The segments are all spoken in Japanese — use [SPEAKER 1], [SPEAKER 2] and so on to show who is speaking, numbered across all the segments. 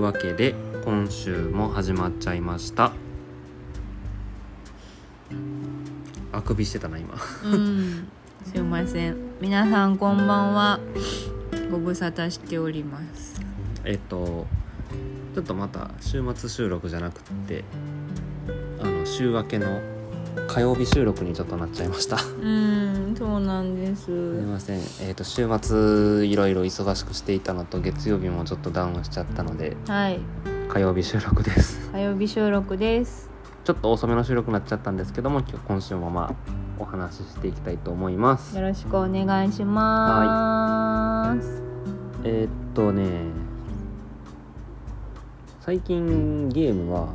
[SPEAKER 1] わけで今週も始まっちゃいましたあくびしてたな今
[SPEAKER 2] うん、すいません。皆さんこんばんは。ご無沙汰しております。
[SPEAKER 1] えっとちょっとまた週末収録じゃなくってあの週明けの火曜日収録にちょっとなっちゃいました す
[SPEAKER 2] うん、そうなんです。
[SPEAKER 1] みませんえっと週末いろいろ忙しくしていたのと月曜日もちょっとダウンしちゃったので
[SPEAKER 2] はい、
[SPEAKER 1] 火曜日収録です
[SPEAKER 2] 火曜日収録です。
[SPEAKER 1] ちょっと遅めの収録になっちゃったんですけども今日今週もまあお話ししていきたいと思います
[SPEAKER 2] よろしくお願いします。
[SPEAKER 1] えーっとね最近ゲームは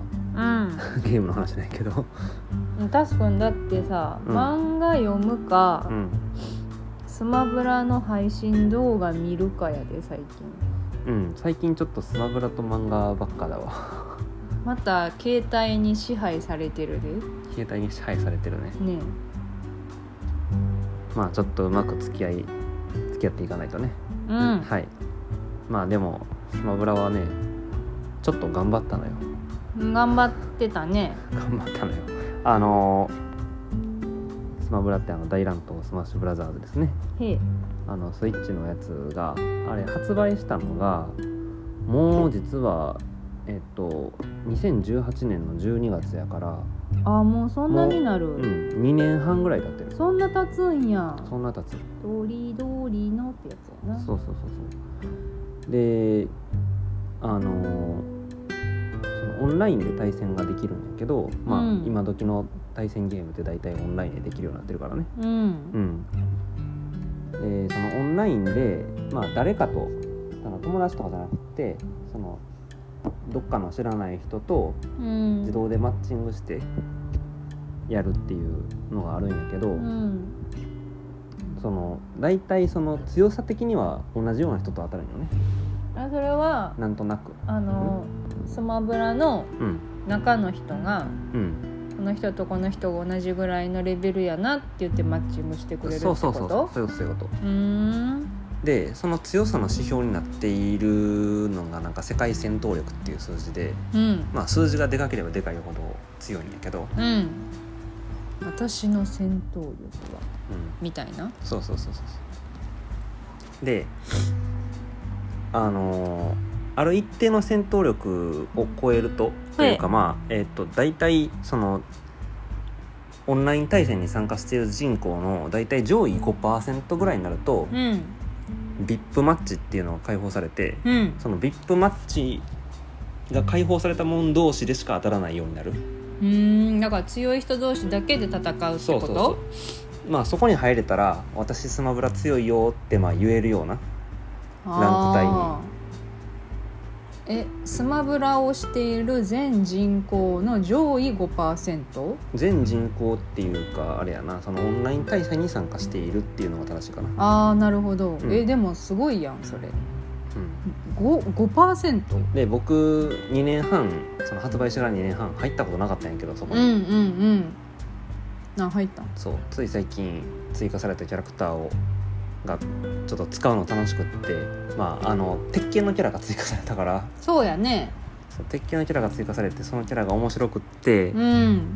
[SPEAKER 1] ゲームの話ないけど
[SPEAKER 2] うん、タスくんだってさ、
[SPEAKER 1] うん
[SPEAKER 2] 漫画読むか、
[SPEAKER 1] うん
[SPEAKER 2] スマブラの配信動画見るかやで最近。
[SPEAKER 1] うん最近ちょっとスマブラと漫画ばっかだわ
[SPEAKER 2] また携帯に支配されてるで。
[SPEAKER 1] 携帯に支配されてるね
[SPEAKER 2] ね
[SPEAKER 1] まあちょっとうまく付き合い付き合っていかないとね
[SPEAKER 2] え。うん。
[SPEAKER 1] はいまあでもスマブラはねちょっと頑張ったのよ
[SPEAKER 2] 頑張ってたね。
[SPEAKER 1] 頑張ったのよあのースマブラってあの大乱闘スマッシュブラザーズですね
[SPEAKER 2] へえ。
[SPEAKER 1] あのスイッチのやつがあれ発売したのがもう実はえっと2018年の12月やから
[SPEAKER 2] あもうそんなになる、
[SPEAKER 1] うん2年半ぐらい経ってる
[SPEAKER 2] そんな経つんや
[SPEAKER 1] そんな経つ
[SPEAKER 2] ドリドリのってやつやな
[SPEAKER 1] そうそうそうそうであのそのオンラインで対戦ができるんやけどまあ、
[SPEAKER 2] うん
[SPEAKER 1] 今時の対戦ゲームって大体オンラインでできるようになってるからね
[SPEAKER 2] う
[SPEAKER 1] うんん、でそのオンラインで、まあ、誰かとあの友達とかじゃなくてそのどっかの知らない人と
[SPEAKER 2] うん
[SPEAKER 1] 自動でマッチングしてやるっていうのがあるんやけど、
[SPEAKER 2] うん
[SPEAKER 1] その大体その強さ的には同じような人と当たるんよね
[SPEAKER 2] あそれは
[SPEAKER 1] なんとなく。
[SPEAKER 2] あのスマブラの
[SPEAKER 1] うん
[SPEAKER 2] 中の人が
[SPEAKER 1] うん、
[SPEAKER 2] この人とこの人が同じぐらいのレベルやなって言ってマッチングしてくれるっ
[SPEAKER 1] そう
[SPEAKER 2] てこと
[SPEAKER 1] そうそうそうそういうことそういうこと
[SPEAKER 2] うーん
[SPEAKER 1] でその強さの指標になっているのがなんか世界戦闘力っていう数字で、
[SPEAKER 2] うん
[SPEAKER 1] まあ、数字がでかければでかいほど強いんやけど、
[SPEAKER 2] うん私の戦闘力は
[SPEAKER 1] うん、
[SPEAKER 2] みたいな
[SPEAKER 1] そうそうそうそうそうであのーある一定の戦闘力を超えるとというかまあえっ、と大体そのオンライン対戦に参加している人口の大体上位5%ぐらいになると
[SPEAKER 2] うん
[SPEAKER 1] ビップマッチっていうのが解放されて
[SPEAKER 2] うん
[SPEAKER 1] そのビップマッチが解放された者同士でしか当たらないようになる
[SPEAKER 2] うーんだから強い人同士だけで戦うってこと
[SPEAKER 1] そうそうそうまあそこに入れたら「私スマブラ強いよ」ってまあ言えるようなラン
[SPEAKER 2] あーえスマブラをしている全人口の上位5%
[SPEAKER 1] 全人口っていうかあれやなそのオンライン大会に参加しているっていうのが正しいかな、うん、
[SPEAKER 2] ああなるほど、
[SPEAKER 1] うん
[SPEAKER 2] えでもすごいやんそれ 5%, 5%?
[SPEAKER 1] で僕2年半その発売してから2年半入ったことなかったんやけどそこ
[SPEAKER 2] うん
[SPEAKER 1] に、
[SPEAKER 2] うんうんな入った
[SPEAKER 1] そうつい最近追加されたキャラクターをがちょっと使うの楽しくってまああの鉄拳のキャラが追加されたから
[SPEAKER 2] そうやね
[SPEAKER 1] そう鉄拳のキャラが追加されてそのキャラが面白くって、
[SPEAKER 2] うん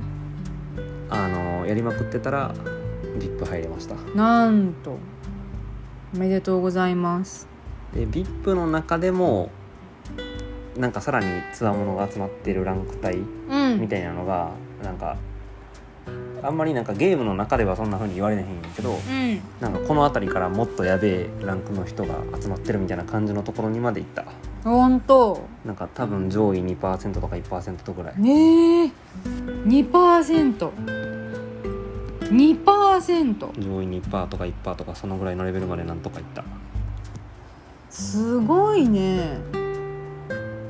[SPEAKER 1] あのやりまくってたらビップ入れました
[SPEAKER 2] なんとおめでとうございます
[SPEAKER 1] で VIP の中でもなんかさらにつわものが集まってるランク帯
[SPEAKER 2] うん
[SPEAKER 1] みたいなのがなんかあんまりなんかゲームの中ではそんな風に言われへんんやけど
[SPEAKER 2] うん
[SPEAKER 1] なんかこの辺りからもっとやべえランクの人が集まってるみたいな感じのところにまで行った
[SPEAKER 2] ほんと
[SPEAKER 1] なんか多分上位2%とか1%とかぐらい
[SPEAKER 2] ねえ 2%2% 2%
[SPEAKER 1] 上位2%とか1%とかそのぐらいのレベルまでなんとか行った
[SPEAKER 2] すごいね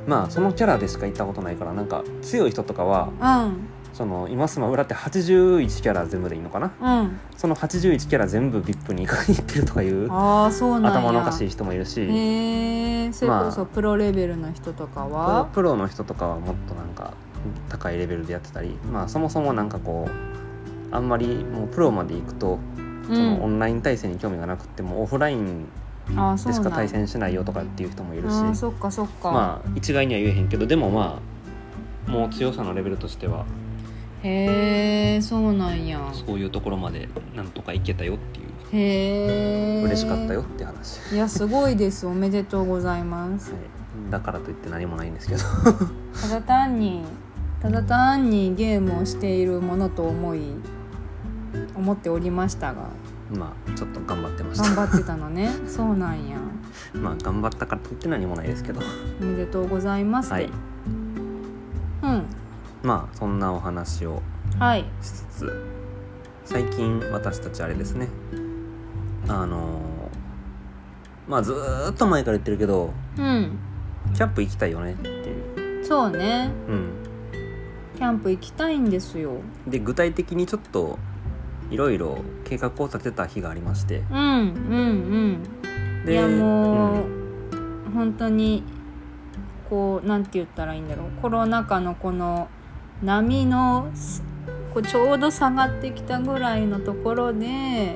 [SPEAKER 1] まあそのキャラでしか行ったことないからなんか強い人とかは
[SPEAKER 2] うん
[SPEAKER 1] その今スマブラって81キャラ全部でいいのかな
[SPEAKER 2] うん
[SPEAKER 1] その81キャラ全部 VIP に行ってるとかいう
[SPEAKER 2] ああそうなんや
[SPEAKER 1] 頭のおかしい人もいるし、
[SPEAKER 2] へえそれこそプロレベルの人とかは、
[SPEAKER 1] プロの人とかはもっとなんか高いレベルでやってたり、まあ、そもそもなんかこうあんまりもうプロまで行くと、
[SPEAKER 2] う
[SPEAKER 1] そのオ
[SPEAKER 2] ん
[SPEAKER 1] ンライン対戦に興味がなくってもオフライン
[SPEAKER 2] ああそ
[SPEAKER 1] で
[SPEAKER 2] う
[SPEAKER 1] し
[SPEAKER 2] な
[SPEAKER 1] か
[SPEAKER 2] ん
[SPEAKER 1] 対戦しないよとかっていう人もいるし
[SPEAKER 2] ああそっかそっか、
[SPEAKER 1] まあ一概には言えへんけどでもまあもう強さのレベルとしては
[SPEAKER 2] へえそうなんや
[SPEAKER 1] そういうところまでなんとかいけたよっていう、
[SPEAKER 2] へえ
[SPEAKER 1] 嬉しかったよって話、はい
[SPEAKER 2] やすごいですおめでとうございます
[SPEAKER 1] い、だからといって何もないんですけど
[SPEAKER 2] ただ単にただ単にゲームをしているものと思い思っておりましたが
[SPEAKER 1] まあちょっと頑張ってまし
[SPEAKER 2] 頑
[SPEAKER 1] た
[SPEAKER 2] 張ってたの ねそうなんや
[SPEAKER 1] まあ頑張ったからといって何もないですけど
[SPEAKER 2] おめでとうございます
[SPEAKER 1] はい
[SPEAKER 2] うん
[SPEAKER 1] まあそんなお話を
[SPEAKER 2] はい
[SPEAKER 1] しつつ最近私たちあれですねあのーまあずーっと前から言ってるけど
[SPEAKER 2] うん
[SPEAKER 1] キャンプ行きたいよねっていう、
[SPEAKER 2] そうね
[SPEAKER 1] うん、
[SPEAKER 2] キャンプ行きたいんですよ
[SPEAKER 1] で具体的にちょっといろいろ計画を立てた日がありまして
[SPEAKER 2] うんうんうん
[SPEAKER 1] で
[SPEAKER 2] いやもう、
[SPEAKER 1] ん
[SPEAKER 2] 本当にこうなんて言ったらいいんだろうコロナ禍のこの波のすこうちょうど下がってきたぐらいのところで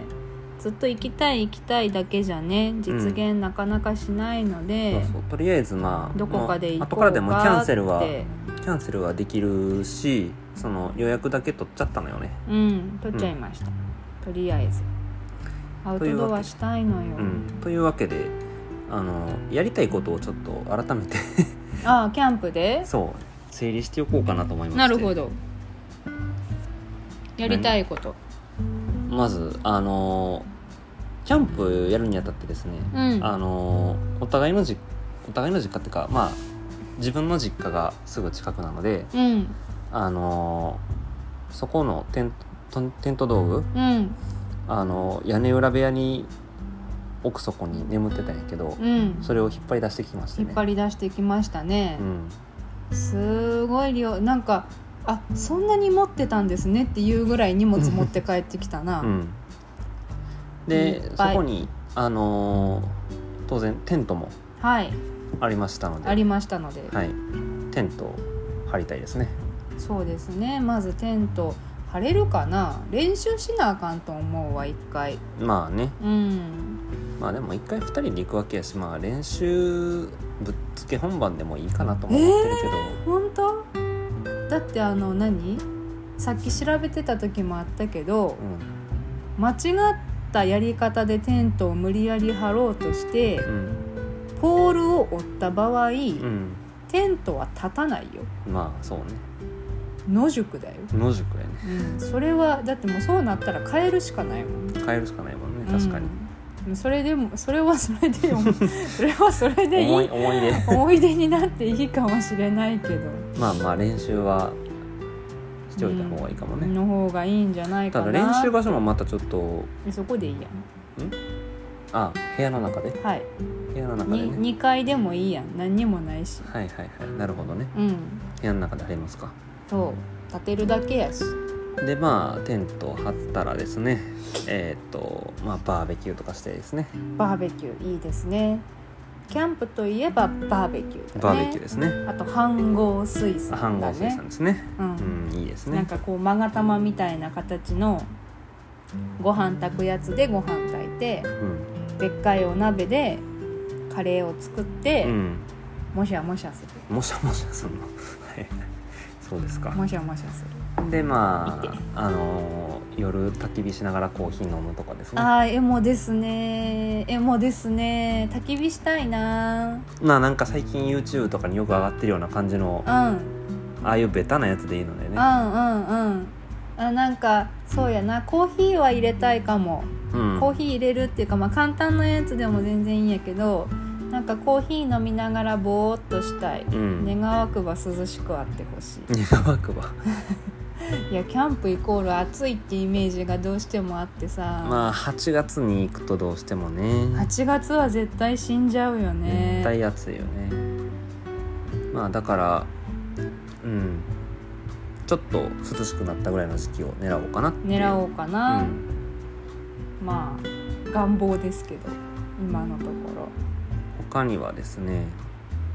[SPEAKER 2] ずっと行きたい行きたいだけじゃね実現なかなかしないの
[SPEAKER 1] そう
[SPEAKER 2] で、
[SPEAKER 1] そうとりあえずまあ
[SPEAKER 2] どこかで行
[SPEAKER 1] もう後
[SPEAKER 2] こ
[SPEAKER 1] から
[SPEAKER 2] う
[SPEAKER 1] でもキ
[SPEAKER 2] か
[SPEAKER 1] ャ
[SPEAKER 2] っ
[SPEAKER 1] ン
[SPEAKER 2] て
[SPEAKER 1] セルはキャンセルはできるしその予約だけ取っちゃったのよね
[SPEAKER 2] うん取っちゃいました、とりあえずアウトドアしたいのよ、
[SPEAKER 1] うんというわけであのやりたいことをちょっと改めて
[SPEAKER 2] ああキャンプで
[SPEAKER 1] そう整理しておこうかなと思いまして
[SPEAKER 2] なるほどやりたいこと
[SPEAKER 1] まずあのキャンプやるにあたってですね、
[SPEAKER 2] うん
[SPEAKER 1] あのお互いのじお互いの実家っていうかまあ自分の実家がすぐ近くなので
[SPEAKER 2] うん
[SPEAKER 1] あのそこのテントテント道具
[SPEAKER 2] うん
[SPEAKER 1] あの屋根裏部屋に奥底に眠ってたんやけど、
[SPEAKER 2] うん
[SPEAKER 1] それを引っ張り出してきまして
[SPEAKER 2] 引
[SPEAKER 1] ね
[SPEAKER 2] っ張り出してきましたね
[SPEAKER 1] う、ん、
[SPEAKER 2] すごい量なんかあそんなに持ってたんですねっていうぐらい荷物持って帰ってきたな、
[SPEAKER 1] うん、
[SPEAKER 2] い
[SPEAKER 1] で
[SPEAKER 2] っ
[SPEAKER 1] そ
[SPEAKER 2] ぱい
[SPEAKER 1] こにあの当然テントも
[SPEAKER 2] はい
[SPEAKER 1] ありましたので
[SPEAKER 2] ありましたので、
[SPEAKER 1] はい、テントを張りたいですね
[SPEAKER 2] そうですねまずテント張れるかな練習しなあかんと思うわ一回
[SPEAKER 1] まあね
[SPEAKER 2] うん
[SPEAKER 1] まあでも一回二人で行くわけやしまあ練習ぶっつけ本番でもいいかなとも思ってるけど、
[SPEAKER 2] 本当だってあの何さっき調べてた時もあったけど間違ったやり方でテントを無理やり張ろうとして
[SPEAKER 1] うん
[SPEAKER 2] ポールを折った場合、
[SPEAKER 1] うん
[SPEAKER 2] テントは立たないよ
[SPEAKER 1] うんまあそうね
[SPEAKER 2] 野宿だよ、
[SPEAKER 1] 野宿やね
[SPEAKER 2] うん、それはだってもうそうなったら変えるしかないもん
[SPEAKER 1] 変えるしかないもんね確かに、
[SPEAKER 2] うんそれでもそれは それで それはそれでい
[SPEAKER 1] 思
[SPEAKER 2] い
[SPEAKER 1] い思い出
[SPEAKER 2] 思い出になっていいかもしれないけど、
[SPEAKER 1] まあまあ練習はしておいた方がいいかもね、
[SPEAKER 2] の方がいいんじゃないか
[SPEAKER 1] た
[SPEAKER 2] な
[SPEAKER 1] だ練習場所もまたちょっと
[SPEAKER 2] そこでいいや
[SPEAKER 1] あ部屋の中で
[SPEAKER 2] んはい、
[SPEAKER 1] 部屋の中で
[SPEAKER 2] に
[SPEAKER 1] ね
[SPEAKER 2] 2階でもいいやん何にもないし
[SPEAKER 1] はいはいはいなるほどね
[SPEAKER 2] うん
[SPEAKER 1] 部屋の中で張りますか
[SPEAKER 2] そう立てるだけやし
[SPEAKER 1] でまあテントを張ったらですねえーっ、とまあバーベキューとかしてですね
[SPEAKER 2] バーベキューいいですねキャンプといえばバーベキューだ
[SPEAKER 1] バ
[SPEAKER 2] ね
[SPEAKER 1] ーベキューですね
[SPEAKER 2] あと飯合水産だ
[SPEAKER 1] 飯合
[SPEAKER 2] ね
[SPEAKER 1] 水産ですね
[SPEAKER 2] うん
[SPEAKER 1] うんいいです
[SPEAKER 2] なん
[SPEAKER 1] ね
[SPEAKER 2] かこう勾玉みたいな形のご飯炊くやつでご飯炊いて
[SPEAKER 1] うん
[SPEAKER 2] でっかいお鍋でカレーを作って、
[SPEAKER 1] うん
[SPEAKER 2] もしゃもしゃする
[SPEAKER 1] もしゃもしゃすんの はいそうですか
[SPEAKER 2] もしゃもしゃする、
[SPEAKER 1] でま
[SPEAKER 2] 見て
[SPEAKER 1] ああのー夜焚き火しながらコーヒー飲むとかですね
[SPEAKER 2] あーエモですねエモですね焚き火したいな
[SPEAKER 1] まあなんか最近 YouTube とかによく上がってるような感じの
[SPEAKER 2] うんうん
[SPEAKER 1] ああいうベタなやつでいいので
[SPEAKER 2] うんうん
[SPEAKER 1] ね
[SPEAKER 2] あなんかそうやなコーヒーは入れたいかも
[SPEAKER 1] うん
[SPEAKER 2] コーヒー入れるっていうか、まあ、簡単なやつでも全然いいんやけどなんかコーヒー飲みながらぼーっとしたい、
[SPEAKER 1] うん
[SPEAKER 2] 願わくば涼しくあってほし
[SPEAKER 1] 願わくば
[SPEAKER 2] いいやキャンプイコール暑いってイメージがどうしてもあってさ、
[SPEAKER 1] まあ8月に行くとどうしてもね
[SPEAKER 2] 8月は絶対死んじゃうよね
[SPEAKER 1] 絶対暑いよねまあだからうんちょっと涼しくなったぐらいの時期を狙おうかなっていう
[SPEAKER 2] 狙おうかな、
[SPEAKER 1] ん
[SPEAKER 2] まあ願望ですけど今のところ
[SPEAKER 1] 他にはですね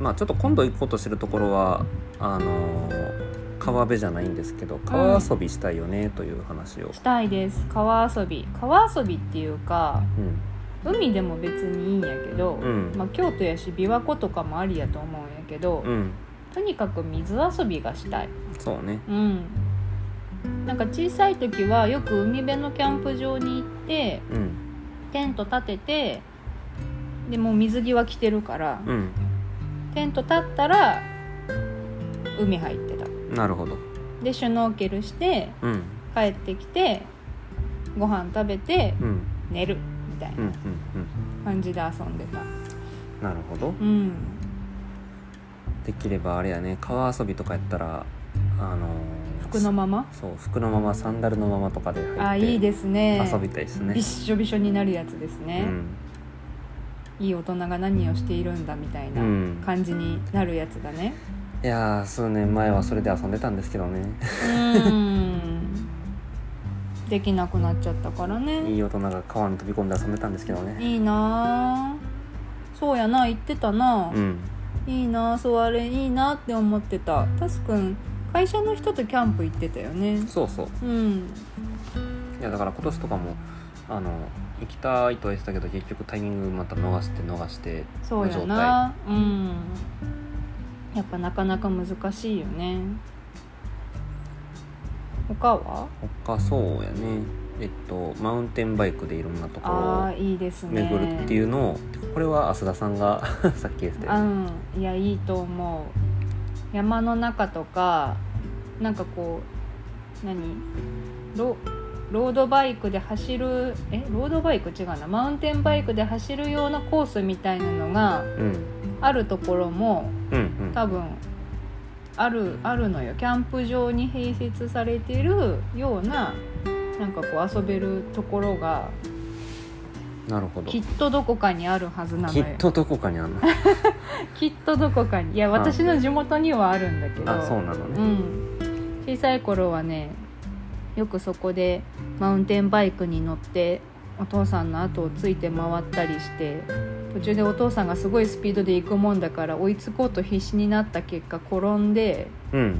[SPEAKER 1] まあちょっと今度行こうとしてるところはあのー川辺じゃないんですけど川遊びしたいよねという話を
[SPEAKER 2] し、たいです川遊び川遊びっていうか
[SPEAKER 1] うん
[SPEAKER 2] 海でも別にいいんやけど、
[SPEAKER 1] うん
[SPEAKER 2] まあ、京都やし琵琶湖とかもありやと思うんやけど、
[SPEAKER 1] うん
[SPEAKER 2] とにかく水遊びがしたい。
[SPEAKER 1] そうね
[SPEAKER 2] うんなんか小さい時はよく海辺のキャンプ場に行って
[SPEAKER 1] うん
[SPEAKER 2] テント立ててでもう水着は着てるから、
[SPEAKER 1] うん
[SPEAKER 2] テント立ったら海入ってた
[SPEAKER 1] なるほど
[SPEAKER 2] でシュノーケルして
[SPEAKER 1] うん
[SPEAKER 2] 帰ってきてご飯食べて
[SPEAKER 1] うん
[SPEAKER 2] 寝るみたい
[SPEAKER 1] うんうん
[SPEAKER 2] な感じで遊んでた
[SPEAKER 1] うんなるほど
[SPEAKER 2] うん
[SPEAKER 1] できればあれやね川遊びとかやったらあのー
[SPEAKER 2] 服のまま
[SPEAKER 1] そう服のままサンダルのままとかで入って
[SPEAKER 2] あいいですね
[SPEAKER 1] 遊びたいですね
[SPEAKER 2] びっしょびしょになるやつです
[SPEAKER 1] う
[SPEAKER 2] ね、
[SPEAKER 1] ん、
[SPEAKER 2] いい大人が何をしているんだみたいうな、
[SPEAKER 1] ん、
[SPEAKER 2] 感じになるやつだね。
[SPEAKER 1] いやー数年前はそれで遊んでたんですけどね
[SPEAKER 2] うん。できなくなっちゃったからね。
[SPEAKER 1] いい大人が川に飛び込んで遊んでたんですけどね
[SPEAKER 2] いいなあ。そうやな、言ってたな。
[SPEAKER 1] うん
[SPEAKER 2] いいなあ、そうあれいいなって思ってた。タスくん、会社の人とキャンプ行ってたよね。
[SPEAKER 1] そうそう
[SPEAKER 2] うん。
[SPEAKER 1] いやだから今年とかもあの行きたいとは言ってたけど結局タイミングまた逃して逃して
[SPEAKER 2] そうやな。うん。やっぱなかなか難しいよね。他は？
[SPEAKER 1] 他そうやねえっとマウンテンバイクでいろんなとこ
[SPEAKER 2] ああ
[SPEAKER 1] ろを
[SPEAKER 2] ーいいですね。
[SPEAKER 1] 巡るっていうのをこれは浅田さんが さっき言ってたよね
[SPEAKER 2] うんいやいいと思う山の中とかなんかこう何ロロードバイクで走るえロードバイク違うなマウンテンバイクで走るようなコースみたいなのが
[SPEAKER 1] うん
[SPEAKER 2] あるところも
[SPEAKER 1] うんうん
[SPEAKER 2] 多分あるあるのよキャンプ場に併設されてるようななんかこう遊べるところが
[SPEAKER 1] なるほど
[SPEAKER 2] きっとどこかにあるはずなの
[SPEAKER 1] き
[SPEAKER 2] よ
[SPEAKER 1] っとどこかにあるの
[SPEAKER 2] きっとどこかにいや私の地元にはあるんだけど
[SPEAKER 1] あそうなの
[SPEAKER 2] う
[SPEAKER 1] ね
[SPEAKER 2] ん、小さい頃はねよくそこでマウンテンバイクに乗ってお父さんの後をついて回ったりして途中でお父さんがすごいスピードで行くもんだから追いつこうと必死になった結果転んで
[SPEAKER 1] うん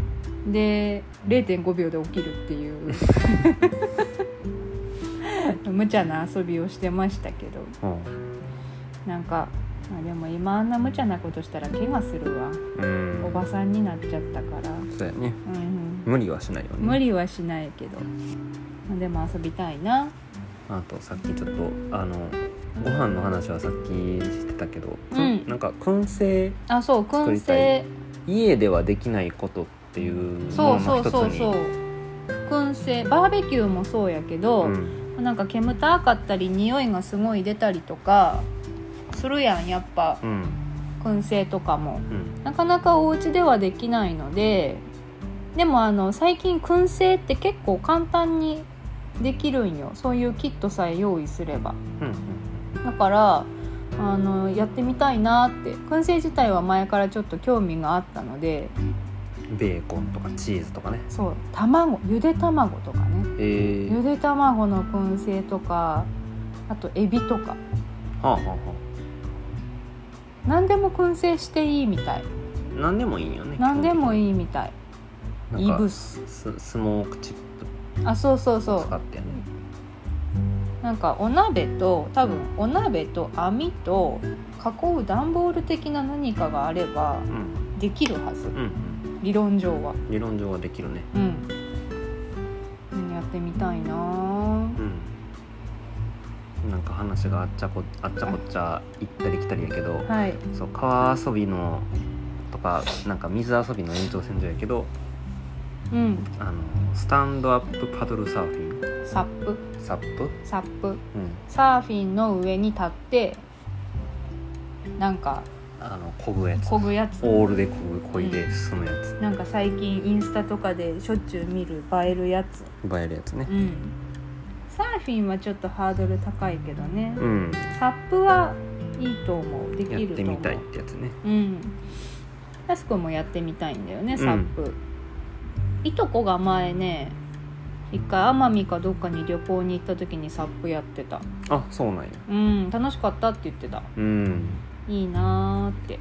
[SPEAKER 2] で0.5秒で起きるっていう 無茶な遊びをしてましたけど
[SPEAKER 1] うん
[SPEAKER 2] なんか、まあ、でも今あんな無茶なことしたら怪我するわ
[SPEAKER 1] うん
[SPEAKER 2] おばさんになっちゃったから。
[SPEAKER 1] そうやね
[SPEAKER 2] うん
[SPEAKER 1] 無理はしないよね
[SPEAKER 2] 無理はしないけどでも遊びたいな
[SPEAKER 1] あとさっきちょっとあのご飯の話はさっきしてたけど、
[SPEAKER 2] うん
[SPEAKER 1] なんか燻製
[SPEAKER 2] あそう
[SPEAKER 1] 作
[SPEAKER 2] 燻
[SPEAKER 1] りた
[SPEAKER 2] 製
[SPEAKER 1] い家ではできないことっていう
[SPEAKER 2] そ
[SPEAKER 1] の
[SPEAKER 2] う
[SPEAKER 1] の
[SPEAKER 2] そ
[SPEAKER 1] 一
[SPEAKER 2] う
[SPEAKER 1] つ
[SPEAKER 2] そう
[SPEAKER 1] に
[SPEAKER 2] そう燻製バーベキューもそうやけど、
[SPEAKER 1] うん
[SPEAKER 2] なんか煙たかったり匂いがすごい出たりとかするやんやっぱ
[SPEAKER 1] うん
[SPEAKER 2] 燻製とかも
[SPEAKER 1] うん
[SPEAKER 2] なかなかお家ではできないのででもあの最近燻製って結構簡単にできるんよそういうキットさえ用意すれば
[SPEAKER 1] うん
[SPEAKER 2] だからあのやってみたいなって燻製自体は前からちょっと興味があったので
[SPEAKER 1] うんベーコンとかチーズとかね
[SPEAKER 2] そう卵ゆで卵とかね
[SPEAKER 1] えー
[SPEAKER 2] ゆで卵の燻製とかあとエビとか
[SPEAKER 1] はあはあは
[SPEAKER 2] 何でも燻製していいみたい
[SPEAKER 1] あ何でもいいよね
[SPEAKER 2] 何でも
[SPEAKER 1] い
[SPEAKER 2] いいみたいイブス
[SPEAKER 1] ススモークチッ
[SPEAKER 2] あそうそう
[SPEAKER 1] プ
[SPEAKER 2] そ
[SPEAKER 1] を使
[SPEAKER 2] う
[SPEAKER 1] ってね
[SPEAKER 2] なんかお鍋と多分お鍋と網と囲う段ボール的な何かがあれば
[SPEAKER 1] うん
[SPEAKER 2] できるはず
[SPEAKER 1] うんうん
[SPEAKER 2] 理論上は
[SPEAKER 1] 理論上はできるね
[SPEAKER 2] うん、やってみたいな
[SPEAKER 1] う
[SPEAKER 2] ぁ
[SPEAKER 1] んなんか話があっちゃこあっちゃこっちゃ行ったり来たりやけど
[SPEAKER 2] はい
[SPEAKER 1] そう川遊びのとかなんか水遊びの延長線上やけど
[SPEAKER 2] うん
[SPEAKER 1] あのスタンドアップパドルサーフィン
[SPEAKER 2] サップ
[SPEAKER 1] サップ、
[SPEAKER 2] サップ
[SPEAKER 1] うん、
[SPEAKER 2] サーフィンの上に立ってなんか
[SPEAKER 1] あの漕ぐやつ
[SPEAKER 2] 漕ぐやつ
[SPEAKER 1] オールで漕ぐ漕いで進むやつ、
[SPEAKER 2] なんか最近インスタとかでしょっちゅう見る映えるやつ
[SPEAKER 1] 映えるやつね
[SPEAKER 2] うんサーフィンはちょっとハードル高いけどね、
[SPEAKER 1] うん
[SPEAKER 2] サップはいいと思うでき
[SPEAKER 1] やっ
[SPEAKER 2] ると思
[SPEAKER 1] て
[SPEAKER 2] う
[SPEAKER 1] みたいってやつね
[SPEAKER 2] うんタスクもやってみたいんだよねサップ、
[SPEAKER 1] う
[SPEAKER 2] いとこが前ね一回奄美かどっかに旅行に行った時にサップやってた
[SPEAKER 1] あそうなんや
[SPEAKER 2] うん楽しかったって言ってた
[SPEAKER 1] うん
[SPEAKER 2] いいなーって
[SPEAKER 1] ね、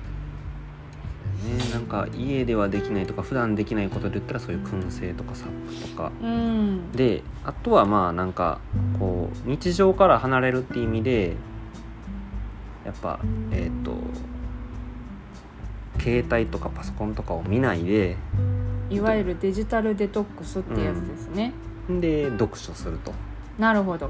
[SPEAKER 1] なんか家ではできないとか普段できないことで言ったらそういう燻製とかサップとか
[SPEAKER 2] うん
[SPEAKER 1] であとはまあなんかこう日常から離れるって意味でやっぱえっ、と携帯とかパソコンとかを見ないで
[SPEAKER 2] いわゆるデジタルデトックスってやつですね、
[SPEAKER 1] で読書すると
[SPEAKER 2] なるほど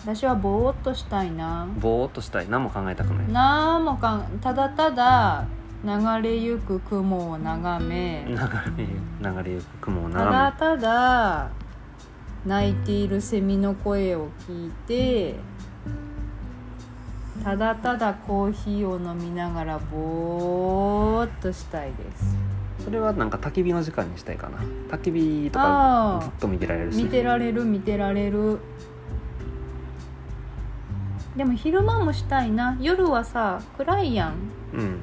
[SPEAKER 2] 私はぼーっとしたいな
[SPEAKER 1] ぼーっとしたい何も考えたくない
[SPEAKER 2] 何もかんただただ流れゆく雲を眺め、
[SPEAKER 1] 流れ流れゆく雲を
[SPEAKER 2] ただ
[SPEAKER 1] 眺
[SPEAKER 2] ただ泣いているセミの声を聞いてただただコーヒーを飲みながらぼーっとしたいです
[SPEAKER 1] めそれはなんか焚き火の時間にしたいかな焚き火とか
[SPEAKER 2] あ
[SPEAKER 1] ずっ
[SPEAKER 2] あ
[SPEAKER 1] と見てられるし
[SPEAKER 2] 見てられる見てられるでも昼間もしたいな夜はさ暗いやん
[SPEAKER 1] うん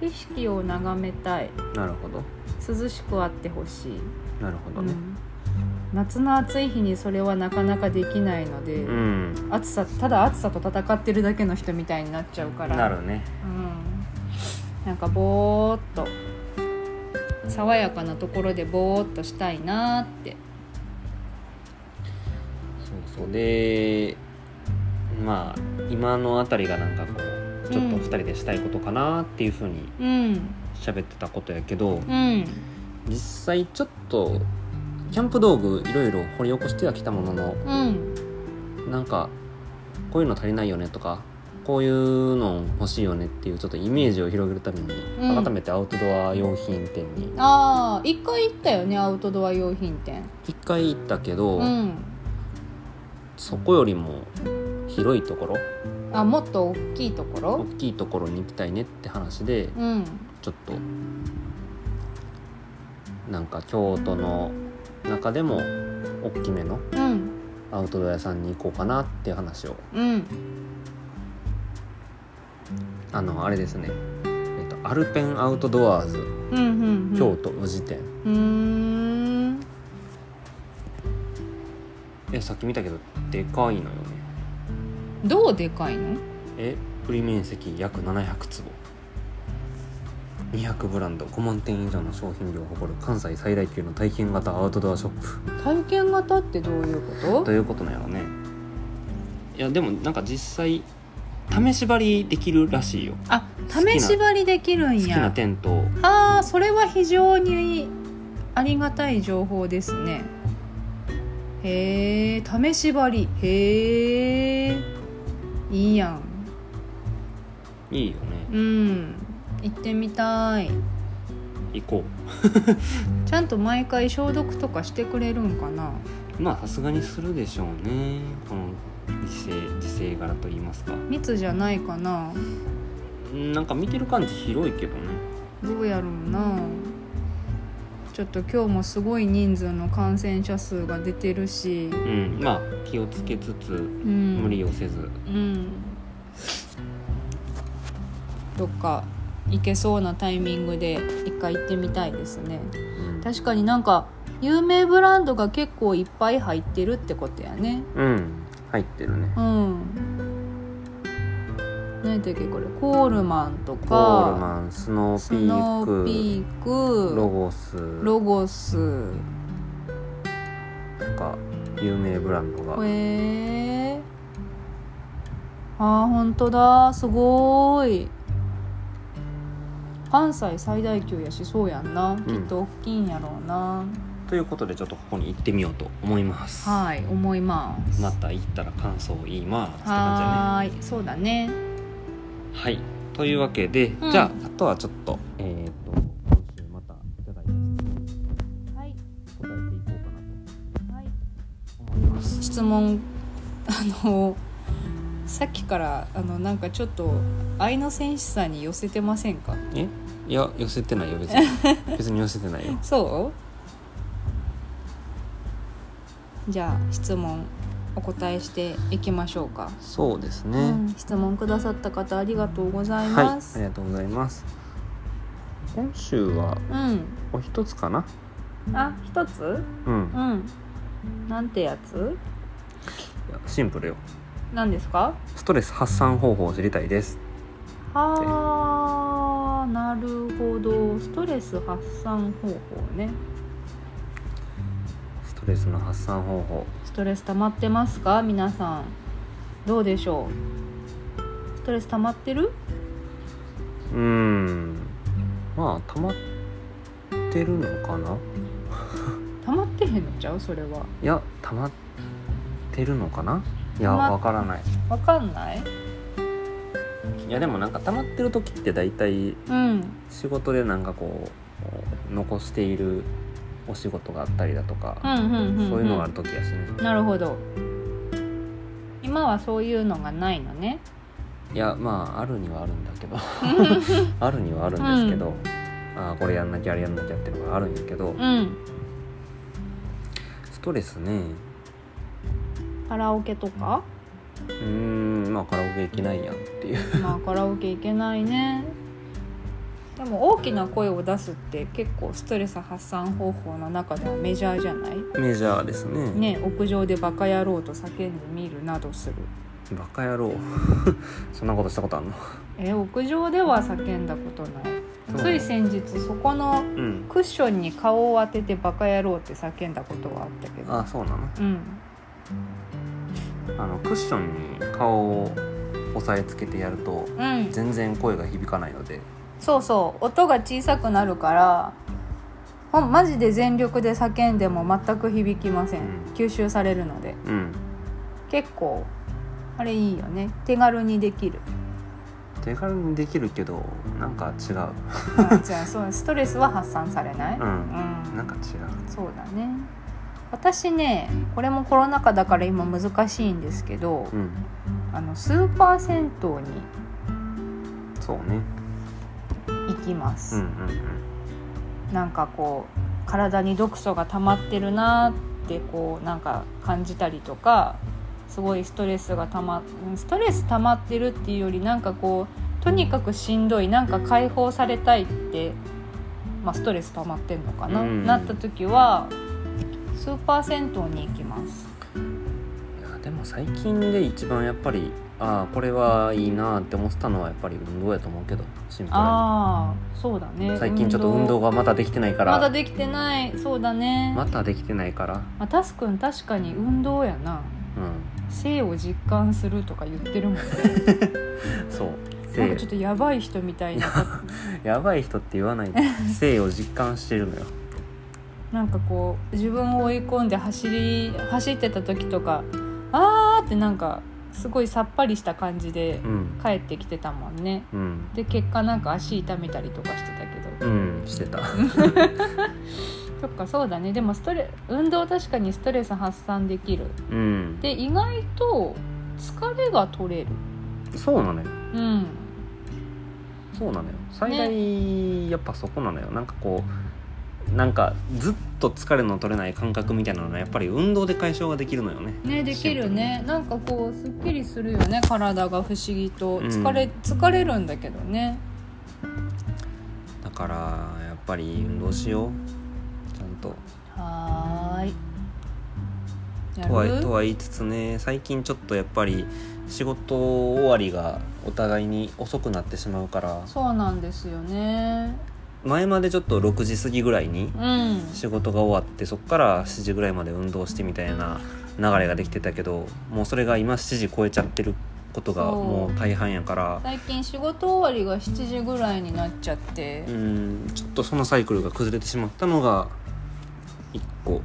[SPEAKER 2] 景色を眺めたい
[SPEAKER 1] なるほど
[SPEAKER 2] 涼しくあってほしい、
[SPEAKER 1] なるほ
[SPEAKER 2] う
[SPEAKER 1] どね
[SPEAKER 2] ん、夏の暑い日にそれはなかなかできないので、
[SPEAKER 1] うん、
[SPEAKER 2] 暑さただ暑さと戦ってるだけの人みたいになっちゃうから
[SPEAKER 1] なるね
[SPEAKER 2] うん、なんかぼーっと爽やかなところでぼーっとしたいなーって
[SPEAKER 1] そうそうでまあ今のあたりがなんかこうちょっと2人でしたいことかなっていうふうに
[SPEAKER 2] うん
[SPEAKER 1] 喋ってたことやけど、
[SPEAKER 2] うん
[SPEAKER 1] 実際ちょっとキャンプ道具いろいろ掘り起こしてはきたものの
[SPEAKER 2] うん
[SPEAKER 1] なんかこういうの足りないよねとかこういうの欲しいよねっていうちょっとイメージを広げるために、
[SPEAKER 2] うん
[SPEAKER 1] 改めてアウトドア用品店に
[SPEAKER 2] ああ一回行ったよねアウトドア用品店
[SPEAKER 1] 一回行ったけど、
[SPEAKER 2] うん
[SPEAKER 1] そこよりも広いところ
[SPEAKER 2] あもっと大きいとこ
[SPEAKER 1] 大
[SPEAKER 2] ろ
[SPEAKER 1] きいところに行きたいねって話で
[SPEAKER 2] うん
[SPEAKER 1] ちょっとなんか京都の中でも大きめの
[SPEAKER 2] うん
[SPEAKER 1] アウトドア屋さんに行こうかなっていう話を
[SPEAKER 2] うん
[SPEAKER 1] あのあれですね、えっと、アルペンアウトドアーズ
[SPEAKER 2] うんうんうん
[SPEAKER 1] 京都宇治店、
[SPEAKER 2] うーん
[SPEAKER 1] えさっき見たけどでかいのよね
[SPEAKER 2] どうでかいの
[SPEAKER 1] え売り面積約700坪200ブランド5万点以上の商品量を誇る関西最大級の体験型アウトドアショップ
[SPEAKER 2] 体験型ってどういうこと
[SPEAKER 1] ということなんやろねいやでもなんか実際試し張りできるらしいよ
[SPEAKER 2] あ
[SPEAKER 1] 好きな
[SPEAKER 2] 試し張りできる
[SPEAKER 1] 好
[SPEAKER 2] ん
[SPEAKER 1] きな
[SPEAKER 2] や
[SPEAKER 1] テントを
[SPEAKER 2] あーそれは非常にありがたい情報ですねへえ試し張りへえいいやん
[SPEAKER 1] いいよね
[SPEAKER 2] うん行ってみたい
[SPEAKER 1] 行こ
[SPEAKER 2] ちゃんと毎回消毒とかしてくれるんかな
[SPEAKER 1] うまあさすがにするでしょうねこの時勢時勢柄と言いますか
[SPEAKER 2] 密じゃないかな
[SPEAKER 1] うんなんか見てる感じ広いけどね
[SPEAKER 2] どうやろうなちょっと今日もすごい人数の感染者数が出てるし、
[SPEAKER 1] うんまあ気をつけつつ
[SPEAKER 2] うん、
[SPEAKER 1] 無理をせず
[SPEAKER 2] うんどっか行けそうなタイミングで一回行ってみたいですね確かになんか有名ブランドが結構いっぱい入ってるってことやね
[SPEAKER 1] うん入ってるね
[SPEAKER 2] うん何だっけこれコールマンと
[SPEAKER 1] コール
[SPEAKER 2] か
[SPEAKER 1] マンスノー
[SPEAKER 2] ス
[SPEAKER 1] ピ
[SPEAKER 2] ノー
[SPEAKER 1] ー
[SPEAKER 2] ピー
[SPEAKER 1] ク
[SPEAKER 2] ク
[SPEAKER 1] ロゴス
[SPEAKER 2] ロゴス
[SPEAKER 1] とか有名ブランドが
[SPEAKER 2] へえあー本当だすごーい関西最大級やしそうやんな、きっと大きいんやろうな
[SPEAKER 1] ということでちょっとここに行ってみようと思います
[SPEAKER 2] はい思います
[SPEAKER 1] また行ったら感想を言いますって感じだね
[SPEAKER 2] はーいそうだね
[SPEAKER 1] はいというわけで、
[SPEAKER 2] うん
[SPEAKER 1] じゃああとはちょっとえっ、と今週またいただいた質
[SPEAKER 2] はい、
[SPEAKER 1] 問に答えていこうかな
[SPEAKER 2] はい、
[SPEAKER 1] と思います
[SPEAKER 2] 質問 あのさっきからあのなんかちょっと愛の戦士さんに寄せてませんか
[SPEAKER 1] えいや寄せてないよ別 に別に寄せてないよ
[SPEAKER 2] そうじゃあ質問お答えしていきましょうか、
[SPEAKER 1] そうですね、
[SPEAKER 2] うん質問くださった方ありがとうござい
[SPEAKER 1] はい、あ
[SPEAKER 2] ます、
[SPEAKER 1] りがとうございます。今週はお一つかな。
[SPEAKER 2] うんあ一つ
[SPEAKER 1] うん
[SPEAKER 2] う、んなんてやつ
[SPEAKER 1] いやシンプルよ。
[SPEAKER 2] なんですか
[SPEAKER 1] ストレス発散方法を知りたいです。
[SPEAKER 2] あーなるほどストレス発散方法ね
[SPEAKER 1] ストレスの発散方法。
[SPEAKER 2] ストレス溜まってますか皆さんどうでしょうストレス溜まってる
[SPEAKER 1] うんまあ溜まってるのかな
[SPEAKER 2] 溜まってへんのちゃうそれはい
[SPEAKER 1] や溜まってるのかないや
[SPEAKER 2] 溜まっ
[SPEAKER 1] わからない
[SPEAKER 2] わかんない
[SPEAKER 1] いやでもなんか溜まってる時って大体
[SPEAKER 2] うん
[SPEAKER 1] 仕事でなんかこう残しているお仕事があったりだと
[SPEAKER 2] う
[SPEAKER 1] か、
[SPEAKER 2] んうんうん、
[SPEAKER 1] そういうのがあ
[SPEAKER 2] る
[SPEAKER 1] る時やしね、
[SPEAKER 2] なるほど今はそういうのがないのね
[SPEAKER 1] いやまああるにはあるんだけど あるにはあるんですけど、ああこれやんなきゃあれやんなきゃっていうのがあるんやけど、
[SPEAKER 2] うん
[SPEAKER 1] ストレスね
[SPEAKER 2] カラオケとか
[SPEAKER 1] うーんまあカラオケ行けないやんっていう
[SPEAKER 2] まあカラオケ行けないねでも大きな声を出すって結構ストレス発散方法の中ではメジャーじゃない
[SPEAKER 1] メジャーですね
[SPEAKER 2] ね屋上でバカ野郎と叫んでみるなどする
[SPEAKER 1] バカ野郎 そんなことしたことあんの
[SPEAKER 2] え屋上では叫んだことないつい先日そこ
[SPEAKER 1] う
[SPEAKER 2] の
[SPEAKER 1] ん
[SPEAKER 2] クッションに顔を当ててバカ野郎って叫んだことはあったけど
[SPEAKER 1] あそうなの
[SPEAKER 2] うん
[SPEAKER 1] あのクッションに顔を押さえつけてやると
[SPEAKER 2] うん
[SPEAKER 1] 全然声が響かないので
[SPEAKER 2] そうそう音が小さくなるからほんマジで全力で叫んでも全く響きません、
[SPEAKER 1] うん
[SPEAKER 2] 吸収されるので
[SPEAKER 1] うん
[SPEAKER 2] 結構あれいいよね手軽にできる
[SPEAKER 1] 手軽にできるけどなんか違う
[SPEAKER 2] あじゃ あそうストレスは発散されない、
[SPEAKER 1] うん
[SPEAKER 2] うん
[SPEAKER 1] なんか違う
[SPEAKER 2] そうだね私ねこれもコロナ禍だから今難しいんですけど、
[SPEAKER 1] うん
[SPEAKER 2] あのスーパー銭湯
[SPEAKER 1] そうね
[SPEAKER 2] に行きま
[SPEAKER 1] う
[SPEAKER 2] す、
[SPEAKER 1] んうん
[SPEAKER 2] なんかこう体に毒素が溜まってるなってこうなんか感じたりとかすごいストレスが溜まうんストレス溜まってるっていうよりなんかこうとにかくしんどいなんか解放されたいって、まあ、ストレス溜まってんのかな、
[SPEAKER 1] うん
[SPEAKER 2] なった時はスーパー銭湯に行きます。
[SPEAKER 1] うんいやでも最近で一番やっぱりああこれはいいなって思ってたのはやっぱり運動やと思うけどシンプルに
[SPEAKER 2] ああそうだね
[SPEAKER 1] 最近ちょっと運動がまだできてないから
[SPEAKER 2] まだできてないそうだね、
[SPEAKER 1] またできてないから
[SPEAKER 2] まあ、タスくん確かに運動やな
[SPEAKER 1] う
[SPEAKER 2] 性を実感するとか言ってるもん
[SPEAKER 1] んそう
[SPEAKER 2] なんかちょっ
[SPEAKER 1] 性
[SPEAKER 2] とやばい人みたいな
[SPEAKER 1] やばい人って言わないで性を実感してるのよ
[SPEAKER 2] なんかこう自分を追い込んで走り走ってた時とかあーってなんかすごいさっぱりした感じで
[SPEAKER 1] うん
[SPEAKER 2] 帰ってきてたもんね
[SPEAKER 1] うん
[SPEAKER 2] で結果なんか足痛めたりとかしてたけど
[SPEAKER 1] うんしてた
[SPEAKER 2] そっかそうだねでもストレ運動確かにストレス発散できる
[SPEAKER 1] うん
[SPEAKER 2] で意外と疲れが取れる
[SPEAKER 1] そうなのよ
[SPEAKER 2] うん
[SPEAKER 1] そうなのよ最大やっぱそこなのよ、なんかこうなんかずっと疲れの取れない感覚みたいなのはやっぱり運動で解消ができるのよね
[SPEAKER 2] ねできるねなんかこうすっきりするよね体が不思議と疲れ,、
[SPEAKER 1] うん
[SPEAKER 2] 疲れるんだけどね
[SPEAKER 1] だからやっぱり運動しようちゃんと
[SPEAKER 2] はーい。や
[SPEAKER 1] とは
[SPEAKER 2] る
[SPEAKER 1] とは言いつつね最近ちょっとやっぱり仕事終わりがお互いに遅くなってしまうから
[SPEAKER 2] そうなんですよね。
[SPEAKER 1] 前までちょっと6時過ぎぐらいに
[SPEAKER 2] うん。
[SPEAKER 1] 仕事が終わってそこから7時ぐらいまで運動してみたいな流れができてたけどもうそれが今7時超えちゃってることが
[SPEAKER 2] そう
[SPEAKER 1] もう大半やから
[SPEAKER 2] 最近仕事終わりが7時ぐらいになっちゃって
[SPEAKER 1] う、んちょっとそのサイクルが崩れてしまったのが一個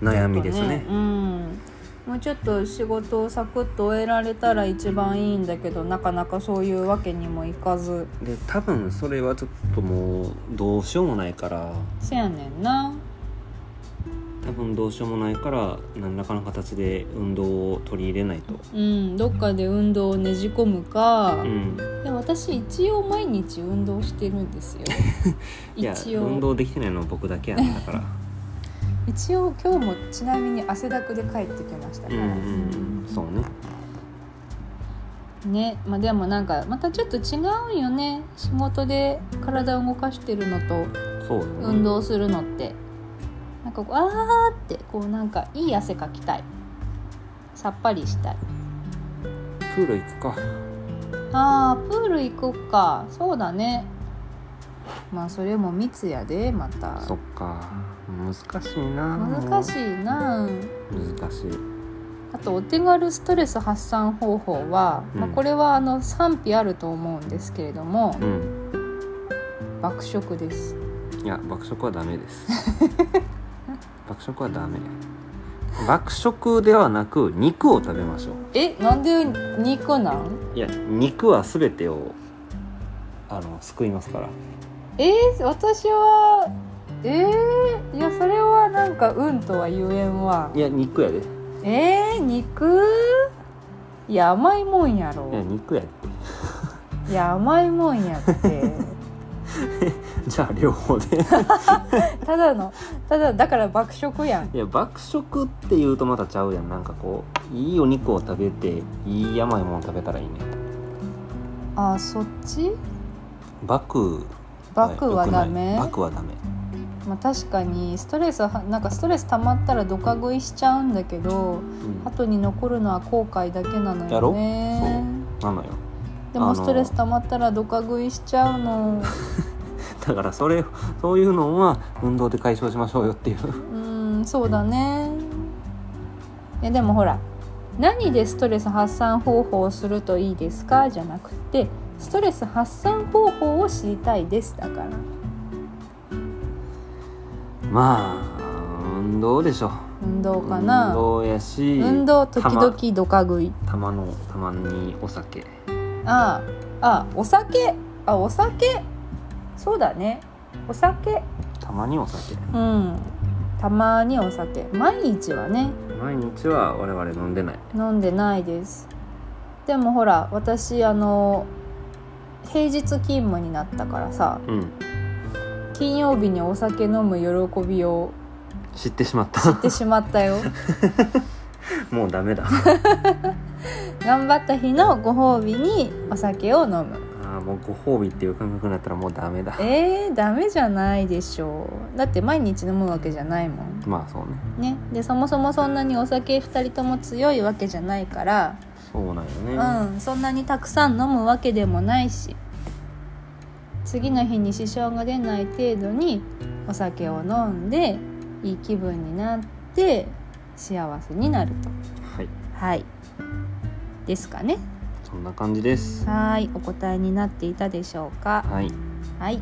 [SPEAKER 1] 悩みですね
[SPEAKER 2] うん。もうちょっと仕事をサクッと終えられたら一番いいんだけどなかなかそういうわけにもいかず
[SPEAKER 1] で多分それはちょっともうどうしようもないから
[SPEAKER 2] せやねんな
[SPEAKER 1] 多分どうしようもないから何らかの形で運動を取り入れないと。
[SPEAKER 2] うんどっかで運動をねじ込むか、
[SPEAKER 1] うん、
[SPEAKER 2] で私一応毎日運動してるんですよ
[SPEAKER 1] いや
[SPEAKER 2] 一応
[SPEAKER 1] 運動できてないのは僕だけやんだ から
[SPEAKER 2] 一応今日もちなみに汗だくで帰ってきました
[SPEAKER 1] う
[SPEAKER 2] か
[SPEAKER 1] ん
[SPEAKER 2] ら、
[SPEAKER 1] うんそうね
[SPEAKER 2] ね、まあ、でもなんかまたちょっと違うんよね仕事で体を動かしてるのと
[SPEAKER 1] そうよね
[SPEAKER 2] 運動するのって、なんかこうあーってこうなんかいい汗かきたいさっぱりしたい
[SPEAKER 1] プール行くか
[SPEAKER 2] あープール行こっかそうだねまあそれも密やでまた
[SPEAKER 1] そっか難しいな
[SPEAKER 2] 難し
[SPEAKER 1] い
[SPEAKER 2] いな
[SPEAKER 1] 難しい
[SPEAKER 2] あとお手軽ストレス発散方法は、
[SPEAKER 1] うん
[SPEAKER 2] まあ、これはあの賛否あると思うんですけれども
[SPEAKER 1] う、ん
[SPEAKER 2] 爆食です
[SPEAKER 1] いや爆食はダメです 爆食はダメ爆食ではなく肉を食べましょ
[SPEAKER 2] えなんで肉なん
[SPEAKER 1] ういや肉は全てをあの救いますから
[SPEAKER 2] えー、私はえー、いやそれはなんかうんとは言えんわ
[SPEAKER 1] いや肉やでい
[SPEAKER 2] えー、肉いや甘いもんやろ
[SPEAKER 1] や肉やで
[SPEAKER 2] いや甘いもんやって
[SPEAKER 1] じゃあ両方で
[SPEAKER 2] ただのただだから爆食やん
[SPEAKER 1] いや爆食っていうとまたちゃうやんなんかこういいお肉を食べていい甘いもの食べたらいいね
[SPEAKER 2] あーそっち
[SPEAKER 1] 爆
[SPEAKER 2] 爆はダ
[SPEAKER 1] よ
[SPEAKER 2] メ、
[SPEAKER 1] くない爆はダメ
[SPEAKER 2] まあ、確かにストレスはなんかストレス溜まったらドカ食いしちゃうんだけど
[SPEAKER 1] うん
[SPEAKER 2] 後に残るのは後悔だけなの
[SPEAKER 1] やろ
[SPEAKER 2] よね
[SPEAKER 1] なのよ
[SPEAKER 2] で
[SPEAKER 1] あ
[SPEAKER 2] も
[SPEAKER 1] の
[SPEAKER 2] ストレス溜まったらドカ食いしちゃうの
[SPEAKER 1] だからそれそういうのは運動で解消しましょうよっていう
[SPEAKER 2] うんそうだねいやでもほら何でストレス発散方法をするといいですかじゃなくてストレス発散方法を知りたいですだから
[SPEAKER 1] まあ運動でしょ
[SPEAKER 2] 運動か
[SPEAKER 1] 運
[SPEAKER 2] な
[SPEAKER 1] 動やし
[SPEAKER 2] 運動時々ドカ食い
[SPEAKER 1] たまのたまにお酒
[SPEAKER 2] ああああお酒あお酒そうだねお酒
[SPEAKER 1] たまにお酒
[SPEAKER 2] うんたまにお酒毎日はね
[SPEAKER 1] 毎日は我々飲んでない
[SPEAKER 2] 飲んでないですでもほら私あの平日勤務になったからさ
[SPEAKER 1] うん
[SPEAKER 2] 金曜日にお酒飲む喜びを
[SPEAKER 1] 知ってしまっ
[SPEAKER 2] 知
[SPEAKER 1] た
[SPEAKER 2] ってしまったよ
[SPEAKER 1] もうダメだ
[SPEAKER 2] 頑張った日のご褒美にお酒を飲む
[SPEAKER 1] ああもうご褒美っていう感覚になったらもうダメだ
[SPEAKER 2] えー、ダメじゃないでしょうだって毎日飲むわけじゃないもん
[SPEAKER 1] まあそうね
[SPEAKER 2] ねでそもそもそんなにお酒2人とも強いわけじゃないから
[SPEAKER 1] そうなんよね、
[SPEAKER 2] うん、そんなにたくさん飲むわけでもないし次の日に支障が出ない程度にお酒を飲んでいい気分になって幸せになると
[SPEAKER 1] はい
[SPEAKER 2] はいですかね
[SPEAKER 1] そんな感じです
[SPEAKER 2] はーいお答えになっていたでしょうか
[SPEAKER 1] はい
[SPEAKER 2] はい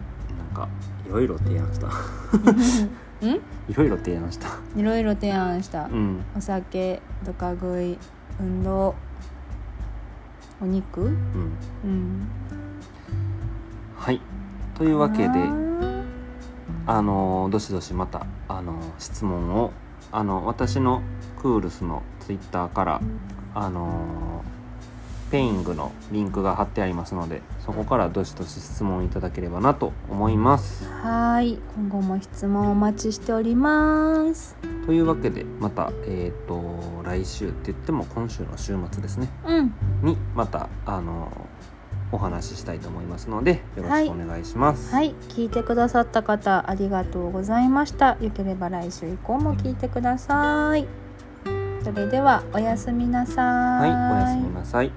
[SPEAKER 1] なんかいろいろ提案 した
[SPEAKER 2] うん
[SPEAKER 1] いろいろ提案した
[SPEAKER 2] いろいろ提案した、
[SPEAKER 1] うん
[SPEAKER 2] お酒ドカ食い運動お肉
[SPEAKER 1] うん
[SPEAKER 2] うん
[SPEAKER 1] はいというわけ
[SPEAKER 2] か
[SPEAKER 1] で
[SPEAKER 2] な
[SPEAKER 1] あのどしどしまたあの質問をあの私のクールスのツイッターからあのペイングのリンクが貼ってありますのでそこからどしどし質問いただければなと思います
[SPEAKER 2] はい、今後も質問お待ちしております。
[SPEAKER 1] というわけでまたえっ、と来週って言っても今週の週末ですね
[SPEAKER 2] うん、
[SPEAKER 1] にまたあのお話ししたいと思いますのでよろしくお願いします、
[SPEAKER 2] はい、聞いてくださった方ありがとうございました。よければ来週以降も聞いてください。それではおやすみなさ。
[SPEAKER 1] はいい、おやすみなさい。